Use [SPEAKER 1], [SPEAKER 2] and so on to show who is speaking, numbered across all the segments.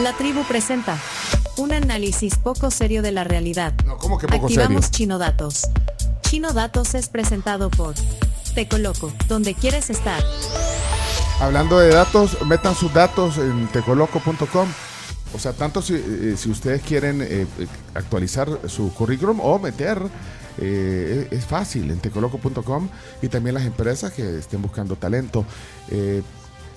[SPEAKER 1] La tribu presenta un análisis poco serio de la realidad.
[SPEAKER 2] No, ¿cómo que poco
[SPEAKER 1] Activamos
[SPEAKER 2] serio?
[SPEAKER 1] Chino Datos. Chino Datos es presentado por Te Coloco, donde quieres estar.
[SPEAKER 2] Hablando de datos, metan sus datos en tecoloco.com. O sea, tanto si, eh, si ustedes quieren eh, eh, actualizar su currículum o meter, eh, es es fácil en tecoloco.com y también las empresas que estén buscando talento. Eh,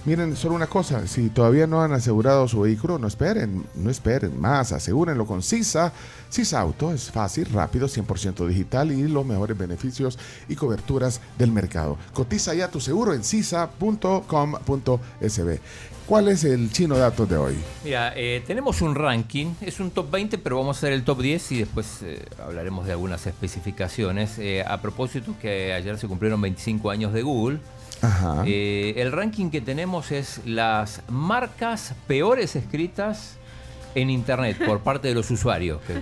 [SPEAKER 2] miren, solo una cosa, si todavía no han asegurado su vehículo, no esperen, no esperen más, asegúrenlo con CISA. CISA Auto es fácil, rápido, 100% digital y los mejores beneficios y coberturas del mercado. Cotiza ya tu seguro en cisa.com.sb. ¿Cuál es el chino datos de hoy?
[SPEAKER 3] Mira, eh, tenemos un ranking, es un top 20, pero vamos a hacer el top 10 y después eh, hablaremos de algunas especificaciones. Eh, a propósito que ayer se cumplieron 25 años de Google,
[SPEAKER 2] Ajá.
[SPEAKER 3] eh, el ranking que tenemos es las marcas peores escritas en Internet por parte de los usuarios. que-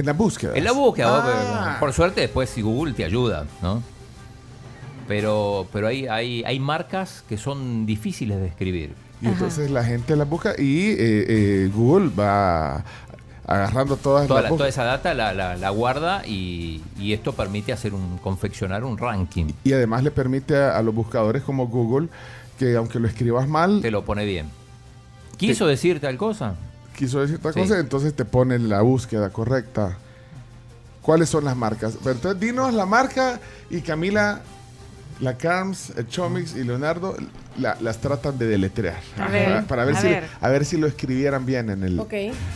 [SPEAKER 2] en la búsqueda.
[SPEAKER 3] en la búsqueda,
[SPEAKER 2] Ah.
[SPEAKER 3] vos, por suerte después si Google te ayuda, ¿no? Pero, pero hay, hay, hay marcas que son difíciles de escribir.
[SPEAKER 2] Y entonces la gente la busca y eh, eh, Google va agarrando todas
[SPEAKER 3] Toda, la-
[SPEAKER 2] las búsquedas.
[SPEAKER 3] toda esa data la, la- la guarda y, y esto permite hacer un confeccionar un ranking.
[SPEAKER 2] Y además le permite a, a los buscadores como Google que aunque lo escribas mal,
[SPEAKER 3] Te lo pone bien. ¿Quiso decir tal cosa?
[SPEAKER 2] quiso decir otra
[SPEAKER 3] Sí.
[SPEAKER 2] cosa, entonces te pone la búsqueda correcta. ¿Cuáles son las marcas? Pero entonces dinos la marca y Camila, la Carms, el Chomix y Leonardo la- las tratan de deletrear.
[SPEAKER 4] A ver,
[SPEAKER 2] Para- para ver
[SPEAKER 4] a
[SPEAKER 2] si,
[SPEAKER 4] ver.
[SPEAKER 2] a ver si lo escribieran bien en el...
[SPEAKER 4] Ok.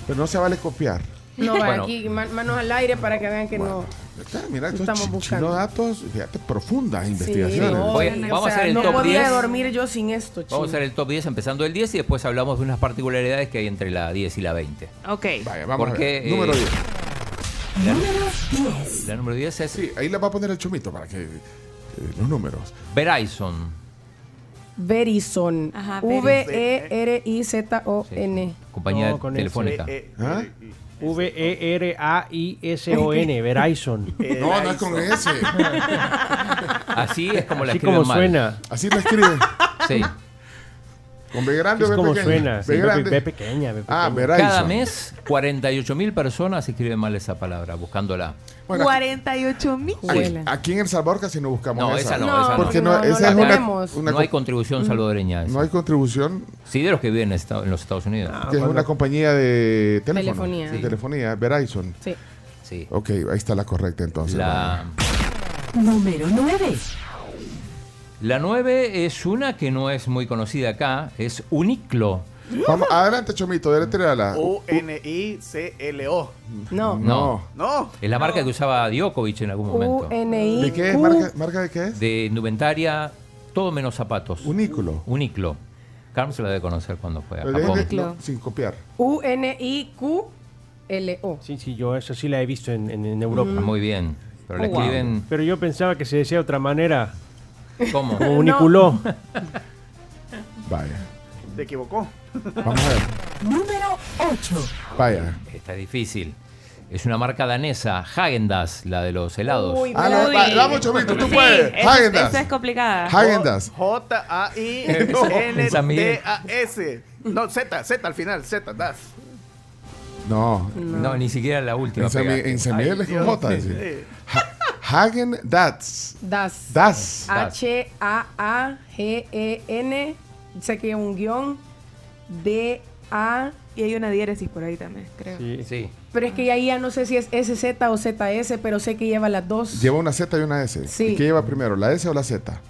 [SPEAKER 2] Pero no se vale copiar.
[SPEAKER 4] No,
[SPEAKER 3] Bueno.
[SPEAKER 4] aquí man- manos al aire para que vean que
[SPEAKER 2] Bueno, está, mira, estos
[SPEAKER 4] Estamos
[SPEAKER 2] chi-
[SPEAKER 4] buscando.
[SPEAKER 2] chino datos, fíjate, profundas
[SPEAKER 4] no. Sí,
[SPEAKER 2] investigaciones.
[SPEAKER 4] no,
[SPEAKER 3] Oye,
[SPEAKER 4] no,
[SPEAKER 3] vamos a hacer el
[SPEAKER 4] no
[SPEAKER 3] top
[SPEAKER 4] podía
[SPEAKER 3] 10.
[SPEAKER 4] dormir yo sin esto, chicos.
[SPEAKER 3] Vamos a hacer el top 10 empezando el 10 y después hablamos de unas particularidades que hay entre la 10 y la 20.
[SPEAKER 5] Ok.
[SPEAKER 2] Vaya, vamos
[SPEAKER 3] Porque,
[SPEAKER 2] a ver.
[SPEAKER 3] eh,
[SPEAKER 2] Número 10.
[SPEAKER 3] La número 10 es
[SPEAKER 2] Sí, ahí la va a poner el chumito para que... eh, los números.
[SPEAKER 3] Verizon.
[SPEAKER 4] Verizon. E
[SPEAKER 5] Ajá,
[SPEAKER 4] V-E-R-I-Z-O-N.
[SPEAKER 3] Compañía
[SPEAKER 6] No, con
[SPEAKER 3] telefónica.
[SPEAKER 6] ese, E eh,
[SPEAKER 2] ¿Ah?
[SPEAKER 6] V-E-R-A-I-S-O-N, Verizon.
[SPEAKER 2] No, no es con ese.
[SPEAKER 3] Así es como la
[SPEAKER 6] Así
[SPEAKER 3] escriben
[SPEAKER 6] como
[SPEAKER 3] mal.
[SPEAKER 6] suena.
[SPEAKER 2] Así lo escriben.
[SPEAKER 3] Sí.
[SPEAKER 2] Con B grande o
[SPEAKER 6] Es
[SPEAKER 2] B
[SPEAKER 6] como
[SPEAKER 2] pequeña.
[SPEAKER 6] suena.
[SPEAKER 2] B
[SPEAKER 6] sí,
[SPEAKER 2] grande.
[SPEAKER 6] Ve pequeña, ve
[SPEAKER 2] Ah,
[SPEAKER 6] pequeña.
[SPEAKER 2] Verizon.
[SPEAKER 3] Cada mes 48 mil personas escriben mal esa palabra buscándola.
[SPEAKER 2] Bueno, aquí,
[SPEAKER 5] 48 mil.
[SPEAKER 2] aquí- aquí en El Salvador casi no buscamos
[SPEAKER 3] No,
[SPEAKER 2] esa.
[SPEAKER 3] esa no, esa no.
[SPEAKER 2] Porque no,
[SPEAKER 4] No, no
[SPEAKER 2] esa
[SPEAKER 4] la
[SPEAKER 2] es una,
[SPEAKER 4] tenemos.
[SPEAKER 2] una
[SPEAKER 3] no hay
[SPEAKER 2] co-
[SPEAKER 3] contribución salvadoreña. a eso.
[SPEAKER 2] no hay contribución,
[SPEAKER 3] Sí, de los que viven en, esta- en los Estados Unidos.
[SPEAKER 6] Ah,
[SPEAKER 2] que es
[SPEAKER 6] cuando-
[SPEAKER 2] una compañía de teléfono.
[SPEAKER 4] Telefonía.
[SPEAKER 2] De
[SPEAKER 4] Sí.
[SPEAKER 2] telefonía, Verizon.
[SPEAKER 4] Sí.
[SPEAKER 3] Sí.
[SPEAKER 2] Ok, ahí está la correcta entonces.
[SPEAKER 3] La,
[SPEAKER 1] Número 9.
[SPEAKER 3] la 9 es una que no es muy conocida acá, es Uniclo.
[SPEAKER 2] Vamos, adelante, Chomito, deletréala.
[SPEAKER 7] Uh, U-N-I-C-L-O.
[SPEAKER 4] No.
[SPEAKER 3] No.
[SPEAKER 7] No.
[SPEAKER 3] Es la marca que usaba Djokovic en algún momento.
[SPEAKER 4] U-N-I.
[SPEAKER 2] ¿De qué? ¿Marca, marca de qué es?
[SPEAKER 3] De indumentaria, todo menos zapatos.
[SPEAKER 2] Unículo.
[SPEAKER 3] Uniclo. Carmen se la debe conocer cuando fue a
[SPEAKER 2] Pero de-
[SPEAKER 3] Japón.
[SPEAKER 2] de- no, sin copiar.
[SPEAKER 4] U-N-I-Q-L-O.
[SPEAKER 6] Sí, sí, yo eso sí la he visto en, en- en Europa.
[SPEAKER 3] Ah, Muy bien. Pero la
[SPEAKER 5] Oh, wow.
[SPEAKER 3] escriben
[SPEAKER 6] Pero yo pensaba que se decía de otra manera,
[SPEAKER 3] como
[SPEAKER 6] como uniculó.
[SPEAKER 2] Vaya.
[SPEAKER 7] Te equivocó.
[SPEAKER 2] Vamos a ver.
[SPEAKER 1] Número 8.
[SPEAKER 2] Vaya.
[SPEAKER 3] Está difícil. Es una marca danesa, Häagen-Dazs, la de los helados.
[SPEAKER 4] Uy,
[SPEAKER 2] Ah, no,
[SPEAKER 5] Uy.
[SPEAKER 2] va- vamos, Chomito, tú
[SPEAKER 5] Sí,
[SPEAKER 2] puedes.
[SPEAKER 5] esa-
[SPEAKER 2] Häagendas.
[SPEAKER 5] esa es complicada.
[SPEAKER 2] Häagendas.
[SPEAKER 3] En San Miguel.
[SPEAKER 7] H-A-I-N-D-A-S. No, Z, Z al final, Z, das.
[SPEAKER 2] No.
[SPEAKER 3] No, ni siquiera la última.
[SPEAKER 2] En San, Mi-
[SPEAKER 3] pegaste.
[SPEAKER 2] en San Miguel es con J. decir.
[SPEAKER 7] Eh,
[SPEAKER 2] Hagen Dats.
[SPEAKER 4] Das.
[SPEAKER 2] Das.
[SPEAKER 4] H-A-A-G-E-N. E Sé que un guión. D-A.
[SPEAKER 5] Y hay una diéresis por ahí también, creo.
[SPEAKER 6] Sí.
[SPEAKER 3] Sí.
[SPEAKER 4] Pero es que ahí ya no sé si es SZ o ZS, pero sé que lleva las dos.
[SPEAKER 2] Lleva una Z y una S.
[SPEAKER 4] Sí.
[SPEAKER 2] ¿Y qué lleva primero, la S o la Z?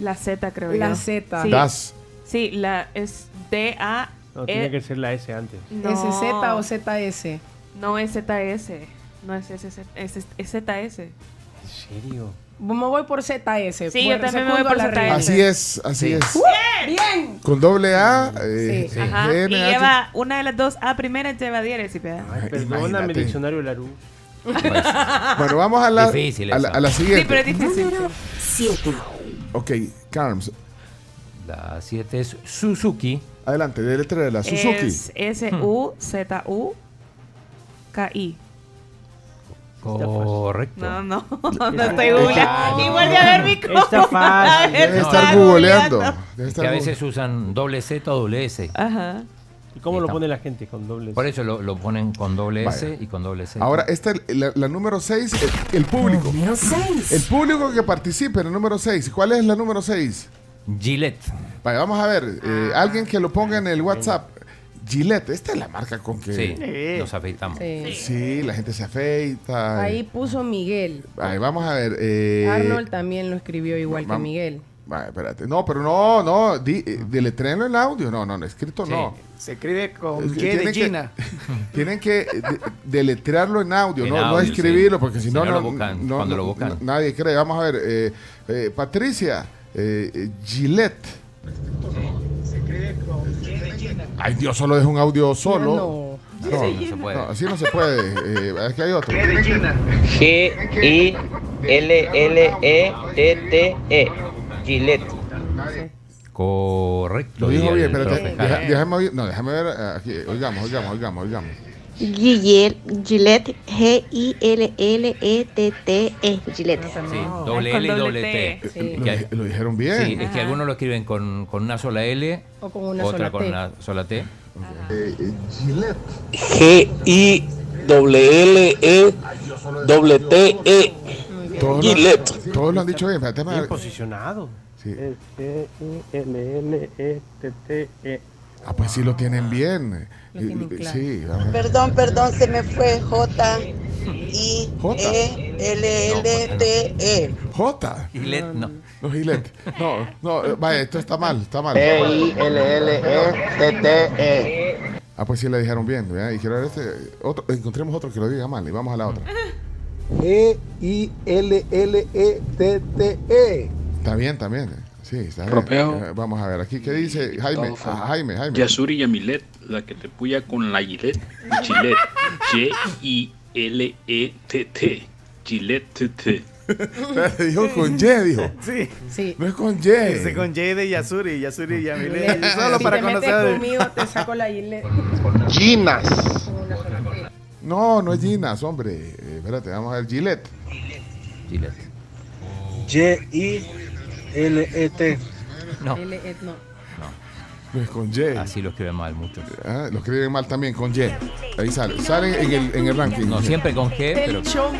[SPEAKER 5] La Z, creo
[SPEAKER 4] La
[SPEAKER 5] yo.
[SPEAKER 4] Z.
[SPEAKER 5] Sí.
[SPEAKER 2] Das.
[SPEAKER 5] Sí, la es D-A.
[SPEAKER 6] No,
[SPEAKER 5] E-
[SPEAKER 6] tiene que ser la S antes.
[SPEAKER 5] no.
[SPEAKER 4] SZ o ZS.
[SPEAKER 5] No es ZS. No es SZ, es, es ZS.
[SPEAKER 6] ¿En serio?
[SPEAKER 4] Me voy por ZS.
[SPEAKER 5] Sí, yo
[SPEAKER 4] por-
[SPEAKER 5] también me voy
[SPEAKER 4] segundo
[SPEAKER 5] por
[SPEAKER 4] a la
[SPEAKER 5] ZS.
[SPEAKER 4] regla.
[SPEAKER 2] Así es, así
[SPEAKER 3] Sí.
[SPEAKER 2] es.
[SPEAKER 4] Bien.
[SPEAKER 2] Con doble A. eh,
[SPEAKER 4] Sí.
[SPEAKER 5] Ajá. Y
[SPEAKER 2] N, H.
[SPEAKER 5] lleva una de las dos A primeras lleva diéresis, ¿verdad?
[SPEAKER 6] Ay,
[SPEAKER 2] Ay,
[SPEAKER 6] perdóname,
[SPEAKER 2] imagínate.
[SPEAKER 6] diccionario Larú.
[SPEAKER 2] Bueno, vamos a la,
[SPEAKER 3] Difícil
[SPEAKER 2] a la,
[SPEAKER 3] esa.
[SPEAKER 2] a la siguiente. Ah,
[SPEAKER 5] Sí, pero es difícil.
[SPEAKER 2] Ok, Carms,
[SPEAKER 3] La 7 es Suzuki.
[SPEAKER 2] adelante, de letra de la Suzuki.
[SPEAKER 5] Es S-U-Z-U-K-I.
[SPEAKER 3] Correcto.
[SPEAKER 5] No,
[SPEAKER 3] No,
[SPEAKER 5] no, no estoy googleando. Igual de a ver mi cómo.
[SPEAKER 6] Está fácil.
[SPEAKER 5] A ver,
[SPEAKER 2] Debe
[SPEAKER 3] No,
[SPEAKER 2] estar
[SPEAKER 5] está
[SPEAKER 2] googleando.
[SPEAKER 5] googleando.
[SPEAKER 2] Debe estar
[SPEAKER 3] que a veces usan doble Z o doble S.
[SPEAKER 5] Ajá.
[SPEAKER 6] ¿Y cómo lo
[SPEAKER 3] Está-
[SPEAKER 6] pone la gente con doble S?
[SPEAKER 3] Por eso lo, lo ponen con doble S
[SPEAKER 2] Vaya.
[SPEAKER 3] y con doble C.
[SPEAKER 2] Ahora, esta la, la número 6, el, el público.
[SPEAKER 8] Número 6.
[SPEAKER 2] El público que participe en el número 6. ¿Cuál es la número 6?
[SPEAKER 3] Gillette.
[SPEAKER 2] Vaya, vamos a ver. eh, alguien que lo ponga en el WhatsApp. Gillette, esta es la marca con que.
[SPEAKER 3] Sí,
[SPEAKER 7] Eh.
[SPEAKER 3] nos afeitamos.
[SPEAKER 4] Sí.
[SPEAKER 2] Sí, la gente se afeita.
[SPEAKER 4] Ahí puso Miguel.
[SPEAKER 2] Ahí vamos a ver. eh,
[SPEAKER 4] Arnold también lo escribió igual que
[SPEAKER 2] vam-
[SPEAKER 4] Miguel.
[SPEAKER 2] vaya, espérate. No, pero no, no. Di, eh, deletréalo en audio. No, no, no, escrito
[SPEAKER 3] Sí.
[SPEAKER 2] no.
[SPEAKER 7] Se escribe con
[SPEAKER 2] Es que
[SPEAKER 7] Y de
[SPEAKER 2] tiene que-
[SPEAKER 7] Gina.
[SPEAKER 2] Tienen que eh, de- deletrearlo en audio,
[SPEAKER 3] En
[SPEAKER 2] no, no
[SPEAKER 3] audio,
[SPEAKER 2] escribirlo,
[SPEAKER 3] sí.
[SPEAKER 2] porque si
[SPEAKER 3] Si
[SPEAKER 2] no,
[SPEAKER 3] no
[SPEAKER 2] no,
[SPEAKER 3] lo buscan,
[SPEAKER 2] no-
[SPEAKER 3] cuando
[SPEAKER 2] no-
[SPEAKER 3] lo buscan.
[SPEAKER 2] n- nadie cree. Vamos a ver, eh, eh, Patricia, eh, eh, Gillette. Ay, Dios, solo es un audio solo.
[SPEAKER 4] No.
[SPEAKER 3] No,
[SPEAKER 2] No,
[SPEAKER 3] no se puede.
[SPEAKER 2] no, así no se puede. eh, aquí hay otro.
[SPEAKER 9] G-I-L-L-E-T-T-E. Gillette.
[SPEAKER 3] Correcto.
[SPEAKER 2] Lo dijo
[SPEAKER 3] diría
[SPEAKER 2] bien,
[SPEAKER 3] el
[SPEAKER 2] pero
[SPEAKER 3] profe
[SPEAKER 2] deja-
[SPEAKER 3] Jara.
[SPEAKER 2] déjame, oír- no, déjame ver. eh, Aquí, oigamos, oigamos, oigamos, oigamos.
[SPEAKER 10] Gillette, Gillette,
[SPEAKER 11] E
[SPEAKER 10] G-I-L-L-E-T-T-E, Gillette.
[SPEAKER 3] Sí,
[SPEAKER 5] No.
[SPEAKER 3] doble
[SPEAKER 5] Con
[SPEAKER 3] L y doble
[SPEAKER 5] doble
[SPEAKER 3] T.
[SPEAKER 5] T.
[SPEAKER 4] Sí.
[SPEAKER 2] Lo,
[SPEAKER 3] Que-
[SPEAKER 2] dije- lo dijeron bien.
[SPEAKER 3] Sí, es que
[SPEAKER 5] Ajá.
[SPEAKER 3] algunos lo escriben con, con una sola L,
[SPEAKER 4] O con una
[SPEAKER 3] otra
[SPEAKER 4] sola
[SPEAKER 3] con
[SPEAKER 4] T.
[SPEAKER 3] una sola T.
[SPEAKER 2] Eh,
[SPEAKER 9] G-I-L-L-E-T-T-E.
[SPEAKER 2] Todos,
[SPEAKER 9] Gillette.
[SPEAKER 2] Lo, todos lo han dicho bien. espérate,
[SPEAKER 6] Bien
[SPEAKER 2] déjame ver.
[SPEAKER 6] posicionado.
[SPEAKER 2] Sí.
[SPEAKER 6] Eh,
[SPEAKER 2] E
[SPEAKER 6] G-I-L-L-E-T-T-E.
[SPEAKER 2] Ah, pues sí lo tienen bien.
[SPEAKER 4] Lo tienen claro.
[SPEAKER 2] Sí, vamos a ver.
[SPEAKER 10] Perdón, perdón, se me fue J I
[SPEAKER 2] J.
[SPEAKER 10] L
[SPEAKER 3] L, T,
[SPEAKER 10] E.
[SPEAKER 2] J.
[SPEAKER 3] Gillette, no.
[SPEAKER 2] No, Gillette. No, no, eh, vaya, esto está mal, está mal.
[SPEAKER 9] G-I-L-L-E-T-T-E.
[SPEAKER 2] Ah, pues sí la dijeron bien, ¿verdad? Y quiero ver este. Otro, encontremos otro que lo diga mal y vamos a la otra.
[SPEAKER 9] G-I-L-L-E-T-T-E.
[SPEAKER 2] Está bien, también. eh. Sí, está bien.
[SPEAKER 12] Propeo.
[SPEAKER 2] Eh, Vamos a ver, aquí, ¿qué dice Jaime?
[SPEAKER 12] Todo.
[SPEAKER 2] Ah, Jaime, Jaime.
[SPEAKER 12] Yasuri Yamilet, la que te puya con la Gillette. Gillette. G-I-L-E-T-T. Gillette. T-T.
[SPEAKER 2] dijo con Y, dijo.
[SPEAKER 7] Sí.
[SPEAKER 4] Sí.
[SPEAKER 2] No es con Y.
[SPEAKER 7] Dice con Y de Yasuri, Yasuri Yamile.
[SPEAKER 4] Miguel,
[SPEAKER 7] Solo
[SPEAKER 4] si
[SPEAKER 7] para
[SPEAKER 4] te metes
[SPEAKER 7] conocer.
[SPEAKER 4] conmigo, te saco la Gillette.
[SPEAKER 9] Ginas.
[SPEAKER 2] No, no es Ginas, hombre. Eh, espérate, vamos a ver, Gillette.
[SPEAKER 3] Gillette.
[SPEAKER 7] E
[SPEAKER 9] G-I-L-E-T.
[SPEAKER 3] No,
[SPEAKER 4] L, eh, no.
[SPEAKER 2] No es con Y.
[SPEAKER 7] Ah,
[SPEAKER 3] así lo escriben mal muchos.
[SPEAKER 2] Ah, lo escriben mal también, con Y. Ahí sale. Sale en el, en el ranking.
[SPEAKER 3] No, siempre con G, pero
[SPEAKER 4] El show.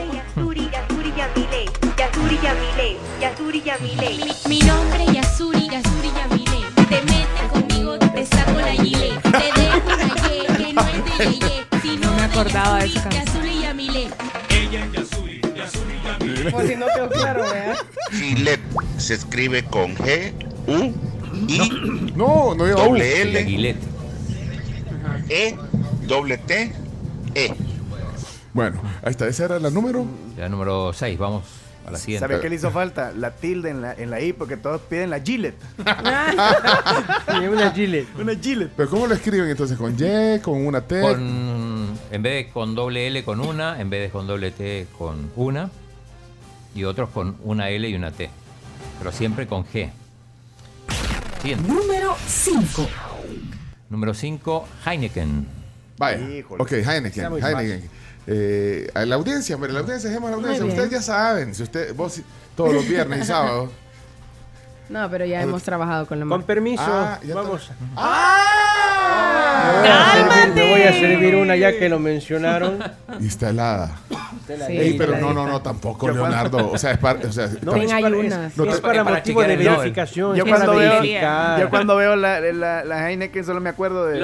[SPEAKER 8] Mi nombre es Yasuri, Yasuri Yamile. Te metes conmigo, te saco la gile. Te dejo la ye, que no es de yeye. Si no
[SPEAKER 5] No me acordaba de esa
[SPEAKER 8] Yasuri,
[SPEAKER 5] canción.
[SPEAKER 8] Yasuri Yamile.
[SPEAKER 4] Por si no quedó claro, ¿verdad?
[SPEAKER 9] Gillette. Se escribe con G. U. I.
[SPEAKER 2] No, no lleva U.
[SPEAKER 9] Doble L.
[SPEAKER 3] Gillette.
[SPEAKER 9] E. Doble T. E.
[SPEAKER 2] Bueno, ahí está, esa era la número.
[SPEAKER 3] La número 6, vamos a la siguiente.
[SPEAKER 7] ¿Sabes qué le hizo falta? La tilde en la, en la I, porque todos piden la Gillette.
[SPEAKER 5] Ah,
[SPEAKER 6] Y una E. Gillette.
[SPEAKER 7] Una Gillette.
[SPEAKER 2] Pero ¿cómo lo escriben entonces? ¿Con Y? ¿Con una T?
[SPEAKER 3] Con, en vez de con doble L con una, en vez de con doble T con una, y otros con una L y una T. Pero siempre con G. Siguiente.
[SPEAKER 8] Número 5.
[SPEAKER 3] Número 5, Heineken.
[SPEAKER 2] Vaya.
[SPEAKER 7] Híjole.
[SPEAKER 2] Ok, Heineken. Heineken. Eh, a la audiencia, mire, la audiencia, dejemos a la audiencia.
[SPEAKER 4] bien.
[SPEAKER 2] Ustedes ya saben, si usted, vos si- todos los viernes y sábados.
[SPEAKER 4] No, pero ya hemos trabajado con la
[SPEAKER 6] Con
[SPEAKER 4] marca.
[SPEAKER 6] permiso,
[SPEAKER 2] Ah, ya
[SPEAKER 6] vamos.
[SPEAKER 2] está.
[SPEAKER 6] Me
[SPEAKER 5] ¡Ah!
[SPEAKER 6] voy a servir- Me voy a servir una ya que lo mencionaron.
[SPEAKER 2] Y está helada.
[SPEAKER 4] Sí,
[SPEAKER 2] Ey, pero
[SPEAKER 4] la-
[SPEAKER 2] no, no, no, tampoco, Leonardo. O sea, es par- o sea,
[SPEAKER 6] No,
[SPEAKER 2] tam-
[SPEAKER 4] Ven,
[SPEAKER 6] es
[SPEAKER 4] hay
[SPEAKER 6] para,
[SPEAKER 4] unas.
[SPEAKER 6] es-
[SPEAKER 2] No,
[SPEAKER 6] es
[SPEAKER 2] te-
[SPEAKER 6] para
[SPEAKER 3] es para
[SPEAKER 6] motivo de
[SPEAKER 3] chequear el orden.
[SPEAKER 6] verificación.
[SPEAKER 7] Yo
[SPEAKER 6] es para
[SPEAKER 7] cuando veo-
[SPEAKER 6] verificar.
[SPEAKER 7] Yo cuando veo la, la, la Heineken solo me acuerdo de...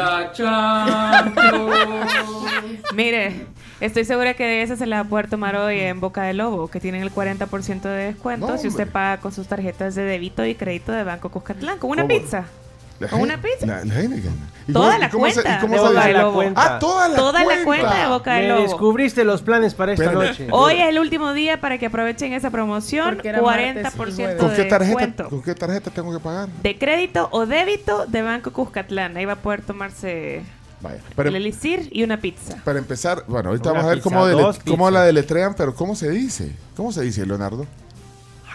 [SPEAKER 5] Mire, estoy segura que de esa se la va a poder tomar hoy en Boca de Lobo, que tienen el 40% de descuento
[SPEAKER 2] No,
[SPEAKER 5] si usted
[SPEAKER 2] hombre.
[SPEAKER 5] paga con sus tarjetas de débito y crédito de Banco Cuscatlán. Con una
[SPEAKER 2] ¿Cómo?
[SPEAKER 5] pizza.
[SPEAKER 2] la
[SPEAKER 5] ¿Con
[SPEAKER 2] Hei-
[SPEAKER 5] una pizza?
[SPEAKER 2] La, la Heineken. ¿Y
[SPEAKER 5] Toda
[SPEAKER 2] y
[SPEAKER 5] la
[SPEAKER 2] se-
[SPEAKER 5] cuenta
[SPEAKER 2] y cómo
[SPEAKER 5] de
[SPEAKER 2] se
[SPEAKER 5] Boca
[SPEAKER 2] dice?
[SPEAKER 5] del Lobo.
[SPEAKER 2] Ah, toda la
[SPEAKER 5] Toda
[SPEAKER 2] cuenta.
[SPEAKER 5] la cuenta de Boca
[SPEAKER 6] Me
[SPEAKER 5] de Lobo.
[SPEAKER 6] descubriste los planes para esta
[SPEAKER 2] Espérame.
[SPEAKER 6] noche.
[SPEAKER 5] Hoy es el último día para que aprovechen esa promoción.
[SPEAKER 4] Porque era
[SPEAKER 5] 40%
[SPEAKER 4] martes y
[SPEAKER 5] de
[SPEAKER 4] jueves.
[SPEAKER 2] ¿Con qué tarjeta?
[SPEAKER 5] descuento.
[SPEAKER 2] ¿Con qué tarjeta tengo que pagar?
[SPEAKER 5] De crédito o débito de Banco Cuscatlán. Ahí va a poder tomarse
[SPEAKER 2] Vaya. Pero,
[SPEAKER 5] el elixir y una pizza.
[SPEAKER 2] para empezar, bueno, ahorita
[SPEAKER 6] Una
[SPEAKER 2] vamos a ver
[SPEAKER 6] pizza,
[SPEAKER 2] cómo, dele-
[SPEAKER 6] dos
[SPEAKER 2] cómo
[SPEAKER 6] pizzas.
[SPEAKER 2] la deletrean, pero ¿cómo se dice? ¿Cómo se dice, Leonardo?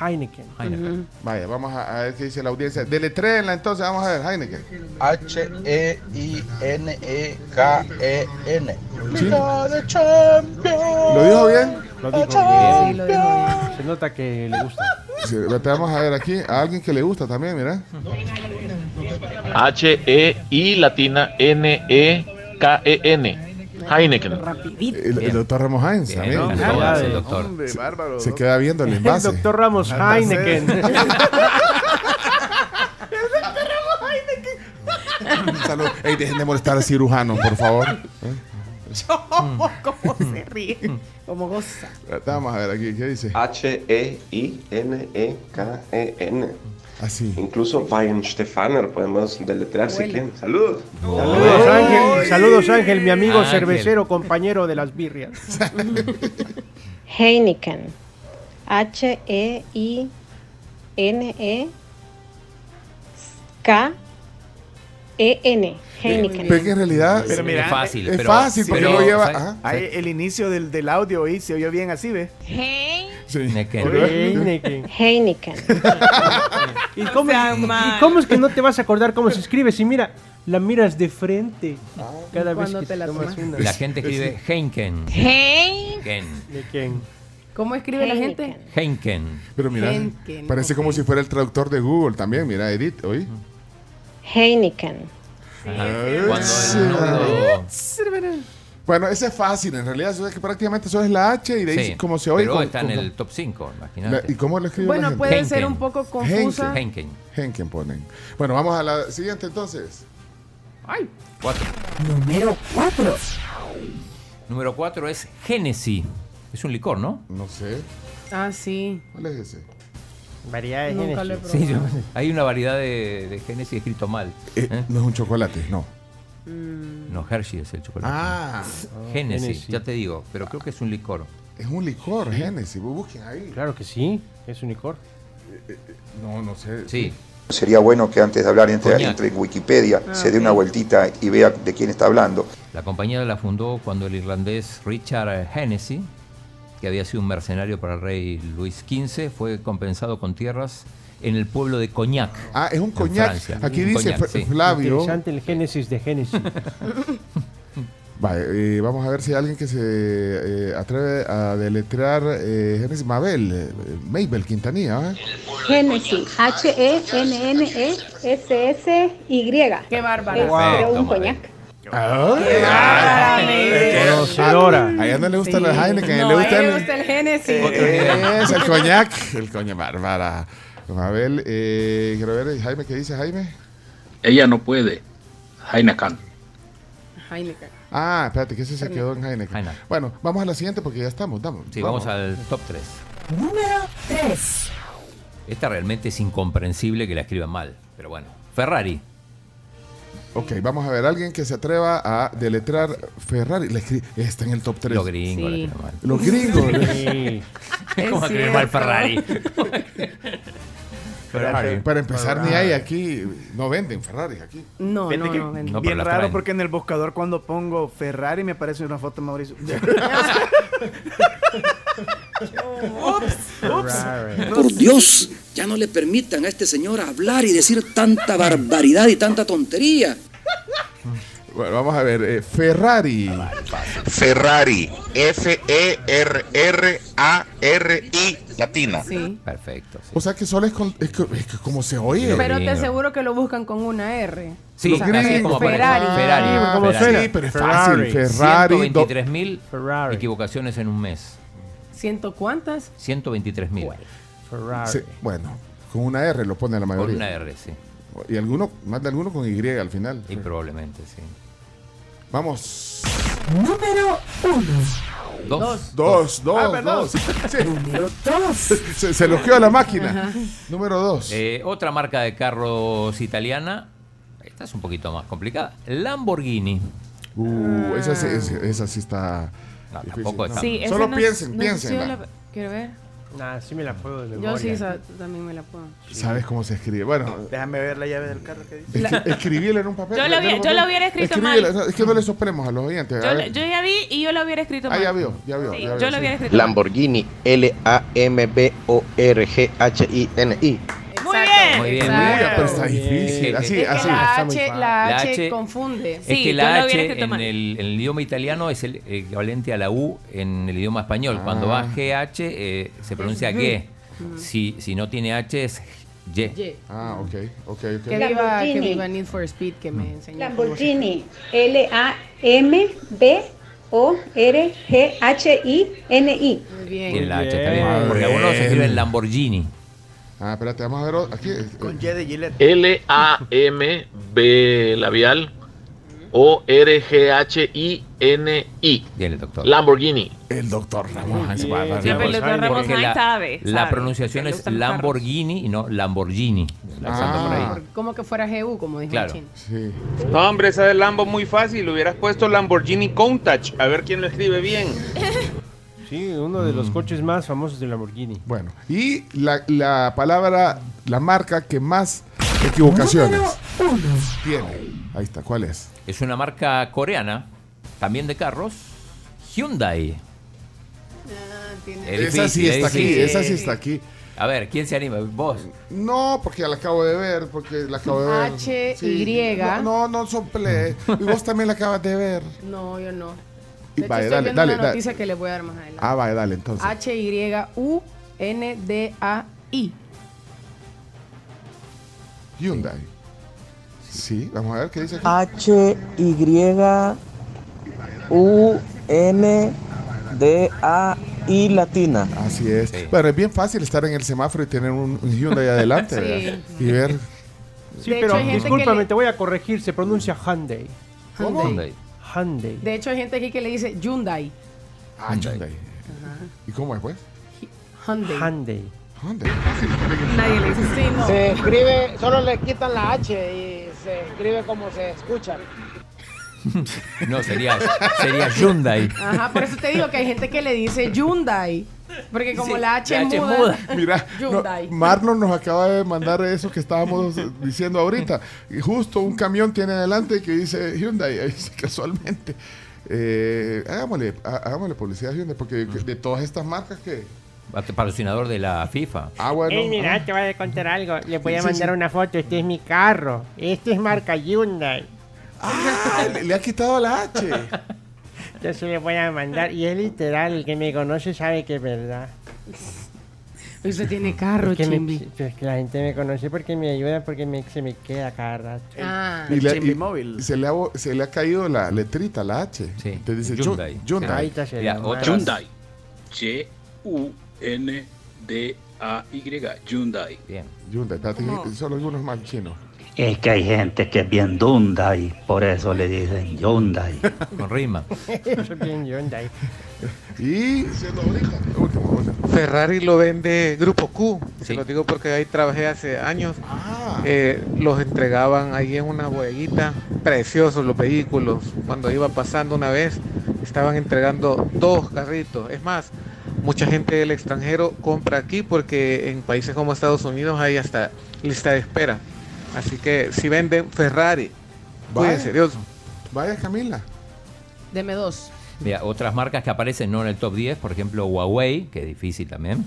[SPEAKER 6] Heineken.
[SPEAKER 3] Heineken.
[SPEAKER 2] Vaya, vamos a, a ver qué dice la audiencia. Deletreenla entonces, vamos a ver, Heineken.
[SPEAKER 9] H-E-I-N-E-K-E-N.
[SPEAKER 2] Sí. ¿Lo dijo bien?
[SPEAKER 6] Lo dijo
[SPEAKER 4] Sí,
[SPEAKER 6] bien.
[SPEAKER 4] lo dijo bien.
[SPEAKER 6] Se nota que le gusta.
[SPEAKER 2] Sí, ahorita vamos a ver aquí a alguien que le gusta también, mira.
[SPEAKER 13] H-E-I E latina E N-E-K-E-N. Heineken.
[SPEAKER 2] El, el doctor Ramos Heinz
[SPEAKER 13] Bien,
[SPEAKER 2] también.
[SPEAKER 13] hombre,
[SPEAKER 2] Ah,
[SPEAKER 13] el
[SPEAKER 2] eh,
[SPEAKER 13] doctor.
[SPEAKER 2] hombre,
[SPEAKER 13] Se-
[SPEAKER 2] bárbaro,
[SPEAKER 13] se
[SPEAKER 2] doc. queda viendo el envase.
[SPEAKER 6] El doctor Ramos
[SPEAKER 2] Al envase.
[SPEAKER 6] Heineken.
[SPEAKER 2] Salud. Ey, dejen de molestar al cirujano, por favor.
[SPEAKER 4] ¿Cómo se ríe? ¿Cómo goza?
[SPEAKER 2] Vamos a ver aquí, ¿qué dice?
[SPEAKER 3] Ah,
[SPEAKER 14] H-E-I-N-E-K-E-N.
[SPEAKER 2] Así.
[SPEAKER 14] Incluso Bayern Stefaner podemos deletrear si
[SPEAKER 6] Huele.
[SPEAKER 14] quieren. Salud.
[SPEAKER 6] Saludos Ángel, saludos Ángel, mi amigo
[SPEAKER 14] Ángel.
[SPEAKER 6] cervecero, compañero de las birrias.
[SPEAKER 15] Heineken. E H-E-I-N-E-K-E-N. E Heineken.
[SPEAKER 2] Pero que en realidad
[SPEAKER 7] Pero mira,
[SPEAKER 2] es fácil. Es fácil, porque no lleva. ajá.
[SPEAKER 7] Ahí el inicio del, del audio ahí se oyó bien así, ¿ves?
[SPEAKER 6] Heineken.
[SPEAKER 15] Heineken.
[SPEAKER 6] ¿Y cómo, y cómo es que no te vas a acordar cómo se escribe? Si mira, la miras de frente cada vez
[SPEAKER 4] Cuando
[SPEAKER 6] que
[SPEAKER 4] Ah. te
[SPEAKER 6] te
[SPEAKER 4] la
[SPEAKER 6] tomas
[SPEAKER 4] tomas.
[SPEAKER 6] una.
[SPEAKER 3] La gente escribe Heinken.
[SPEAKER 4] Heineken.
[SPEAKER 6] Heineken.
[SPEAKER 4] ¿Cómo escribe la gente?
[SPEAKER 3] Heinken.
[SPEAKER 2] Pero mira,
[SPEAKER 4] Heineken,
[SPEAKER 2] parece como si fuera el traductor de Google también. Mira, Edith, hoy.
[SPEAKER 15] Heineken.
[SPEAKER 3] Cuando el nudo-
[SPEAKER 2] Bueno, ese es fácil, en realidad, eso es que prácticamente eso es la H y de ahí
[SPEAKER 3] Sí,
[SPEAKER 2] como se oye.
[SPEAKER 3] pero
[SPEAKER 2] como-
[SPEAKER 3] está en
[SPEAKER 2] como-
[SPEAKER 3] el top 5,
[SPEAKER 2] la-
[SPEAKER 3] imagínate.
[SPEAKER 2] ¿Y cómo lo escribe la
[SPEAKER 4] Bueno,
[SPEAKER 2] gente?
[SPEAKER 4] puede ser un poco confusa.
[SPEAKER 3] Henken.
[SPEAKER 2] Henken ponen. Bueno, vamos a la siguiente entonces.
[SPEAKER 4] Ay.
[SPEAKER 3] Cuatro.
[SPEAKER 2] Número 4.
[SPEAKER 3] Número 4 es Genesis. Es un licor, ¿no?
[SPEAKER 2] No sé.
[SPEAKER 4] Ah, sí.
[SPEAKER 2] ¿Cuál es ese?
[SPEAKER 6] Variedad
[SPEAKER 2] eh.
[SPEAKER 6] de
[SPEAKER 4] Nunca lo he
[SPEAKER 6] Heineken.
[SPEAKER 4] probado.
[SPEAKER 3] Sí, yo- hay una variedad de, de Genesis escrito mal.
[SPEAKER 2] Eh,
[SPEAKER 3] ¿Eh?
[SPEAKER 2] No es un chocolate, no.
[SPEAKER 3] No, Hershey es el chocolate.
[SPEAKER 2] Ah.
[SPEAKER 3] Genesis,
[SPEAKER 6] Genesis.
[SPEAKER 3] ya te digo, pero creo que es un licor.
[SPEAKER 2] Es un licor, Genesis. bu- Busquen ahí.
[SPEAKER 6] Claro que sí, es un licor.
[SPEAKER 2] No, no sé.
[SPEAKER 3] Sí.
[SPEAKER 16] Sería bueno que antes de hablar entre,
[SPEAKER 3] Coñac.
[SPEAKER 16] entre en Wikipedia
[SPEAKER 3] Ah,
[SPEAKER 16] se dé una
[SPEAKER 3] ok.
[SPEAKER 16] vueltita y vea de quién está hablando.
[SPEAKER 3] La compañía la fundó cuando el irlandés Richard Hennessy, que había sido un mercenario para el rey Luis XV, fue compensado con tierras en el pueblo de Cognac.
[SPEAKER 2] Ah, es un
[SPEAKER 3] en
[SPEAKER 2] coñac.
[SPEAKER 3] Francia.
[SPEAKER 2] Aquí
[SPEAKER 3] Un
[SPEAKER 2] dice
[SPEAKER 3] coñac,
[SPEAKER 2] Fl-
[SPEAKER 3] sí.
[SPEAKER 2] Flavio.
[SPEAKER 6] Interesante el génesis de génesis.
[SPEAKER 2] Vale, eh, vamos a ver si hay alguien que se eh, atreve a deletrear eh, Genesis Mabel, eh, Mabel Quintanilla. ¿eh?
[SPEAKER 11] Genesis, E H-E-N-N-E-S-S-Y.
[SPEAKER 4] Qué bárbaro.
[SPEAKER 2] Perfecto,
[SPEAKER 11] un
[SPEAKER 2] madre.
[SPEAKER 11] coñac.
[SPEAKER 2] Ah,
[SPEAKER 6] Conocedora.
[SPEAKER 2] A ella no le gusta
[SPEAKER 4] Sí.
[SPEAKER 2] la Heineken,
[SPEAKER 4] No,
[SPEAKER 2] le
[SPEAKER 4] a
[SPEAKER 2] gusta
[SPEAKER 4] ella le
[SPEAKER 2] el-
[SPEAKER 4] gusta el Genesis.
[SPEAKER 2] Es el coñac, el coñac bárbara. Mabel, eh, quiero ver, Jaime, ¿qué dice Jaime?
[SPEAKER 12] Ella no puede. Heineken.
[SPEAKER 4] Heineken.
[SPEAKER 2] Ah, espérate, que ese se quedó en Heineken. Bueno, vamos a la siguiente porque ya estamos. Damos,
[SPEAKER 3] Sí, vamos al top 3.
[SPEAKER 1] Número 3.
[SPEAKER 3] Esta realmente es incomprensible que la escriban mal, pero bueno. Ferrari.
[SPEAKER 2] Ok, vamos a ver alguien que se atreva a deletrear Ferrari. La escri- está en el top 3.
[SPEAKER 3] Los gringos la escriben mal.
[SPEAKER 2] Los gringos.
[SPEAKER 3] Sí. ¿Cómo escriben mal Ferrari? Ferrari.
[SPEAKER 2] Para empezar, ni
[SPEAKER 7] Ferrari.
[SPEAKER 2] hay aquí. No venden Ferrari aquí.
[SPEAKER 4] No,
[SPEAKER 7] Fíjate
[SPEAKER 4] no,
[SPEAKER 7] que
[SPEAKER 4] no, ven.
[SPEAKER 2] No, pero
[SPEAKER 7] bien
[SPEAKER 2] la
[SPEAKER 7] raro
[SPEAKER 2] traen.
[SPEAKER 7] porque en el buscador cuando pongo Ferrari me aparece una foto de Mauricio.
[SPEAKER 17] Por Dios, ya no le permitan a este señor hablar y decir tanta barbaridad y tanta tontería.
[SPEAKER 2] Bueno, vamos a ver. eh, Ferrari.
[SPEAKER 9] Ferrari, F-E-R-R-A-R-I, latina.
[SPEAKER 4] Sí.
[SPEAKER 3] Perfecto.
[SPEAKER 2] O sea que solo es, con- es que, es que como se oye.
[SPEAKER 4] Pero te aseguro que lo buscan con una R.
[SPEAKER 3] Sí,
[SPEAKER 2] Los
[SPEAKER 3] así es como
[SPEAKER 2] gringos.
[SPEAKER 3] aparece.
[SPEAKER 2] Ferrari.
[SPEAKER 3] Ferrari.
[SPEAKER 2] Ah, ¿cómo
[SPEAKER 3] Ferrari.
[SPEAKER 2] suena? Sí, pero es fácil. Ferrari,
[SPEAKER 3] 123.000 equivocaciones en un mes.
[SPEAKER 4] ¿Ciento cuántas?
[SPEAKER 3] 123.000. Ferrari.
[SPEAKER 2] Sí, bueno, con una R lo pone la mayoría.
[SPEAKER 3] Con una R, sí.
[SPEAKER 2] Y alguno, más de alguno con Y al final.
[SPEAKER 3] Y probablemente, sí.
[SPEAKER 2] Vamos.
[SPEAKER 1] Número 1.
[SPEAKER 2] Dos. Dos, dos,
[SPEAKER 1] Ah, perdón.
[SPEAKER 2] dos. Número dos. Se, se los quedó la máquina.
[SPEAKER 1] Ajá.
[SPEAKER 2] Número dos.
[SPEAKER 3] Eh, otra marca de carros italiana. Esta es un poquito más complicada. Lamborghini.
[SPEAKER 2] Uh, esa, sí- esa- esa sí está.
[SPEAKER 3] No,
[SPEAKER 2] difícil,
[SPEAKER 3] tampoco
[SPEAKER 2] ¿no?
[SPEAKER 3] está-
[SPEAKER 5] Sí, esa
[SPEAKER 2] Solo
[SPEAKER 5] no-
[SPEAKER 2] piensen,
[SPEAKER 5] no sé si
[SPEAKER 2] piensen.
[SPEAKER 5] yo
[SPEAKER 2] va.
[SPEAKER 5] la- Quiero ver.
[SPEAKER 6] Nah, sí me la puedo de memoria.
[SPEAKER 4] Yo sí sa- también me la puedo.
[SPEAKER 2] ¿Sabes cómo se escribe? Bueno,
[SPEAKER 7] Déjame ver la llave del carro que dice.
[SPEAKER 2] escri- escribíla en un papel.
[SPEAKER 5] Yo lo hubiera- yo lo hubiera escrito
[SPEAKER 2] Escribíla,
[SPEAKER 5] mal.
[SPEAKER 2] no, Es que no le soplemos a los oyentes. a
[SPEAKER 5] Yo,
[SPEAKER 2] ver.
[SPEAKER 5] yo ya vi y yo lo hubiera escrito
[SPEAKER 2] ah,
[SPEAKER 5] mal.
[SPEAKER 2] ya vio, ya vio.
[SPEAKER 5] Sí,
[SPEAKER 2] ya vio,
[SPEAKER 5] yo lo
[SPEAKER 2] sí.
[SPEAKER 5] hubiera escrito mal.
[SPEAKER 13] Lamborghini, L-A-M-B-O-R-G-H-I-N-I.
[SPEAKER 5] Muy bien.
[SPEAKER 3] Muy bien,
[SPEAKER 2] Muy
[SPEAKER 3] muy
[SPEAKER 2] bien,
[SPEAKER 3] bien.
[SPEAKER 2] pero está difícil.
[SPEAKER 3] Es
[SPEAKER 2] Así,
[SPEAKER 3] que
[SPEAKER 4] Es
[SPEAKER 2] así.
[SPEAKER 4] que la
[SPEAKER 3] está muy
[SPEAKER 4] H,
[SPEAKER 3] fácil.
[SPEAKER 4] la
[SPEAKER 3] La
[SPEAKER 4] H,
[SPEAKER 3] H- eh,
[SPEAKER 4] confunde.
[SPEAKER 3] Es que la H en este el, en el idioma italiano es el equivalente a la U en el idioma
[SPEAKER 4] Ah.
[SPEAKER 3] español. Cuando va GH eh, se pronuncia
[SPEAKER 4] Ujú.
[SPEAKER 3] G.
[SPEAKER 4] Ujú.
[SPEAKER 3] Si, si no tiene H es Ye.
[SPEAKER 4] Ye.
[SPEAKER 2] Ah, ok, ok, ok.
[SPEAKER 4] Que viva, que
[SPEAKER 11] Lamborghini.
[SPEAKER 4] viva Need for Speed que
[SPEAKER 3] Mm.
[SPEAKER 4] me enseñó.
[SPEAKER 11] Lamborghini. L-A-M-B-O-R-G-H-I-N-I.
[SPEAKER 4] Muy bien.
[SPEAKER 3] Tiene la H también. Porque algunos se escriben Lamborghini.
[SPEAKER 2] Ah, espérate, vamos a ver o- aquí. Con
[SPEAKER 7] Y de Gillette.
[SPEAKER 13] L-A-M-B labial O-R-G-H-I-N-I.
[SPEAKER 3] Bien, el doctor.
[SPEAKER 13] Lamborghini.
[SPEAKER 2] El doctor Ramón. Heinz
[SPEAKER 3] Bien.
[SPEAKER 2] Barba.
[SPEAKER 3] Sí, pero el doctor
[SPEAKER 2] Porque
[SPEAKER 3] Ramón
[SPEAKER 2] la-
[SPEAKER 3] Heinz
[SPEAKER 5] sabe,
[SPEAKER 3] La
[SPEAKER 5] sabe.
[SPEAKER 3] pronunciación
[SPEAKER 5] Le
[SPEAKER 3] es
[SPEAKER 5] gustan los carros.
[SPEAKER 3] Lamborghini y no Lamborghini. Lanzando por ahí.
[SPEAKER 4] Como que fuera GU, como dijo
[SPEAKER 3] Claro.
[SPEAKER 4] el chin.
[SPEAKER 2] Ah, Sí.
[SPEAKER 18] No, hombre, esa del Lambo muy fácil. Hubieras puesto Lamborghini Countach. A ver quién lo escribe bien.
[SPEAKER 6] Sí, uno de los coches más famosos de Lamborghini.
[SPEAKER 2] Bueno, y la, la palabra, la marca que más equivocaciones tiene. Ahí está, ¿cuál es?
[SPEAKER 3] Es una marca coreana, también de carros, Hyundai. Es
[SPEAKER 2] esa sí
[SPEAKER 3] difícil, es
[SPEAKER 2] está aquí,
[SPEAKER 3] difícil.
[SPEAKER 2] esa sí está aquí.
[SPEAKER 3] A ver, ¿quién se anima? ¿Vos?
[SPEAKER 2] No, porque ya la acabo de ver, porque la acabo de ver.
[SPEAKER 4] H,
[SPEAKER 2] Sí.
[SPEAKER 4] Y.
[SPEAKER 2] No, no, no sople. Y vos también la acabas de ver.
[SPEAKER 4] No, yo no.
[SPEAKER 2] Y
[SPEAKER 4] De hecho,
[SPEAKER 2] vaya,
[SPEAKER 4] estoy
[SPEAKER 2] dale,
[SPEAKER 4] viendo
[SPEAKER 2] dale,
[SPEAKER 4] una
[SPEAKER 2] dale.
[SPEAKER 4] noticia que les voy a dar más adelante.
[SPEAKER 2] Ah, vale, dale, entonces.
[SPEAKER 4] H-Y-U-N-D-A-I.
[SPEAKER 2] Hyundai. Sí, vamos a ver qué dice
[SPEAKER 4] Ah.
[SPEAKER 2] aquí.
[SPEAKER 19] H-Y-U-N-D-A-I latina.
[SPEAKER 2] Así es. Bueno, es bien fácil estar en el semáforo y tener un un Hyundai adelante
[SPEAKER 4] Sí.
[SPEAKER 2] ¿verdad? y ver.
[SPEAKER 6] Sí,
[SPEAKER 4] De hecho,
[SPEAKER 6] pero
[SPEAKER 4] hay gente que
[SPEAKER 6] discúlpame,
[SPEAKER 4] le-
[SPEAKER 6] te voy a corregir. Se pronuncia Hyundai.
[SPEAKER 4] ¿Cómo? Hyundai.
[SPEAKER 6] Hyundai.
[SPEAKER 4] De hecho, hay gente aquí que le dice Hyundai.
[SPEAKER 2] Ah, Hyundai. ¿Y cómo es, pues?
[SPEAKER 4] Hyundai.
[SPEAKER 6] Hyundai.
[SPEAKER 2] Hyundai.
[SPEAKER 4] Nadie le dice sí, no.
[SPEAKER 20] Se escribe, solo le quitan la H y se escribe como se escucha.
[SPEAKER 3] No, sería, sería Hyundai.
[SPEAKER 4] Ajá, por eso te digo que hay gente que le dice Hyundai. Porque como
[SPEAKER 3] Sí,
[SPEAKER 4] la H,
[SPEAKER 3] la
[SPEAKER 4] es
[SPEAKER 3] H es
[SPEAKER 4] muda.
[SPEAKER 3] muda.
[SPEAKER 2] Mira, no,
[SPEAKER 4] Hyundai.
[SPEAKER 2] Marlon nos acaba de mandar eso que estábamos diciendo ahorita. Y justo un camión tiene adelante que dice Hyundai, ahí dice casualmente. Eh, hagámosle, ha- hagámosle publicidad a Hyundai, porque de todas estas marcas que.
[SPEAKER 3] Patrocinador de la FIFA.
[SPEAKER 2] Ah, bueno.
[SPEAKER 19] Ey, mira,
[SPEAKER 2] ah.
[SPEAKER 19] te voy a contar algo. Les voy a
[SPEAKER 2] Sí, sí,
[SPEAKER 19] mandar
[SPEAKER 2] sí.
[SPEAKER 19] una foto. Este es mi carro. Este es marca Hyundai.
[SPEAKER 2] Ah, le, le ha quitado la H.
[SPEAKER 19] Yo se les voy a mandar. Y es literal. El que me conoce sabe que es verdad.
[SPEAKER 4] Usted tiene carro,
[SPEAKER 19] Es que me-
[SPEAKER 4] chimbi.
[SPEAKER 19] pues que la gente me conoce porque me ayuda, porque me, se me queda cada rato.
[SPEAKER 4] Ah.
[SPEAKER 2] Y le- y Se le, ha, bo- se le ha caído la letrita, la H. Sí. Entonces dice Hyundai.
[SPEAKER 3] Hyundai.
[SPEAKER 4] Ah.
[SPEAKER 2] Hyundai.
[SPEAKER 19] Ahorita se
[SPEAKER 3] Ya,
[SPEAKER 19] la mando.
[SPEAKER 3] otra.
[SPEAKER 12] Hyundai. Y-U-N-D-A-Y. Hyundai.
[SPEAKER 3] Bien.
[SPEAKER 2] Hyundai, espérate, solo algunos más chinos.
[SPEAKER 21] Es que hay gente que es bien Hyundai, por eso le dicen Hyundai.
[SPEAKER 3] Con rima.
[SPEAKER 19] Soy bien Hyundai.
[SPEAKER 2] Y
[SPEAKER 22] Ferrari lo vende Grupo Q, se lo digo porque ahí trabajé hace años. Eh, los entregaban ahí en una bodeguita, preciosos los vehículos. Cuando iba pasando una vez, estaban entregando dos carritos. Es más, mucha gente del extranjero compra aquí porque en países como Estados Unidos hay hasta lista de espera. Así que si venden Ferrari,
[SPEAKER 2] Vaya.
[SPEAKER 22] cuídense, Dios.
[SPEAKER 2] Vaya, Camila.
[SPEAKER 4] Deme dos.
[SPEAKER 3] Mira, otras marcas que aparecen no en el top 10, por ejemplo Huawei, que es difícil también.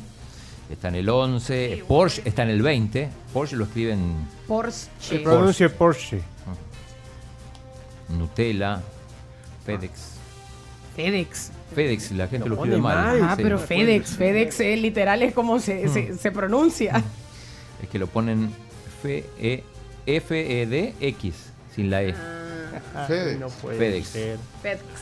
[SPEAKER 3] Está en el 11, Porsche está en el 20. Porsche lo escriben
[SPEAKER 6] Se
[SPEAKER 4] Porsche.
[SPEAKER 6] pronuncia Porsche.
[SPEAKER 3] Nutella, FedEx.
[SPEAKER 4] FedEx.
[SPEAKER 3] FedEx, la gente lo,
[SPEAKER 4] pone
[SPEAKER 3] escribe mal.
[SPEAKER 4] Ah,
[SPEAKER 3] Sí. pues, eh.
[SPEAKER 4] pero FedEx. FedEx es literal es como se, se,
[SPEAKER 2] Mm.
[SPEAKER 4] se pronuncia.
[SPEAKER 3] Es que lo ponen E, F-E- F-E-D-X, E sin la E.
[SPEAKER 4] Ah.
[SPEAKER 2] Fede.
[SPEAKER 6] Ah, No puede
[SPEAKER 3] FedEx.
[SPEAKER 6] ser.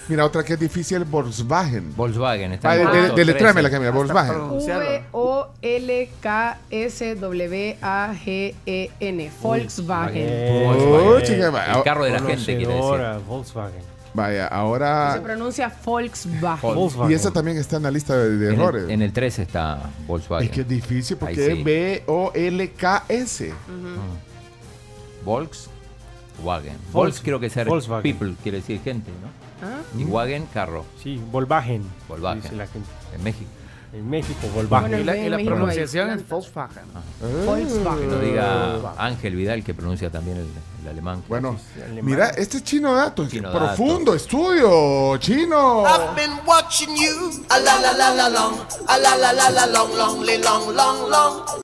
[SPEAKER 2] Mira, otra que es difícil, Volkswagen.
[SPEAKER 3] Volkswagen, está
[SPEAKER 2] Ah,
[SPEAKER 3] en
[SPEAKER 2] de-
[SPEAKER 3] el
[SPEAKER 2] de-
[SPEAKER 3] puesto
[SPEAKER 2] deletréamela,
[SPEAKER 3] 13.
[SPEAKER 2] Camila, Volkswagen.
[SPEAKER 4] V-O-L-K-S-W-A-G-E-N. E Volkswagen.
[SPEAKER 2] Oh, chica, va-
[SPEAKER 3] El carro de la gente, quiere decir.
[SPEAKER 6] Conocedora, Volkswagen.
[SPEAKER 2] Vaya,
[SPEAKER 4] Se
[SPEAKER 2] ahora.
[SPEAKER 4] pronuncia Volkswagen.
[SPEAKER 2] Y esa también está en la lista de, de
[SPEAKER 3] En
[SPEAKER 2] errores.
[SPEAKER 3] el, en el 13 está Volkswagen.
[SPEAKER 2] Es que es difícil porque
[SPEAKER 3] Ahí sí.
[SPEAKER 2] es B-O-L-K-S.
[SPEAKER 3] Volkswagen.
[SPEAKER 6] Volks-
[SPEAKER 3] Volks creo que ser
[SPEAKER 6] Volkswagen.
[SPEAKER 3] people, quiere decir gente, ¿no?
[SPEAKER 4] Ah.
[SPEAKER 3] Y Wagen, carro.
[SPEAKER 6] Sí, Volkswagen.
[SPEAKER 3] Volkswagen.
[SPEAKER 6] dice la gente.
[SPEAKER 3] En México.
[SPEAKER 6] En México, Volkswagen.
[SPEAKER 7] y la, y la
[SPEAKER 4] Bueno,
[SPEAKER 7] pronunciación es Volkswagen.
[SPEAKER 3] Que
[SPEAKER 2] Ah.
[SPEAKER 4] Volkswagen.
[SPEAKER 3] lo diga Ángel Vidal, que pronuncia también el, el alemán.
[SPEAKER 2] Bueno, Mira, este es chino datos.
[SPEAKER 3] Chino
[SPEAKER 2] Profundo estudio, chino.
[SPEAKER 23] I've been watching you a la la la la long, a la la la la long, long, li- long, long, long.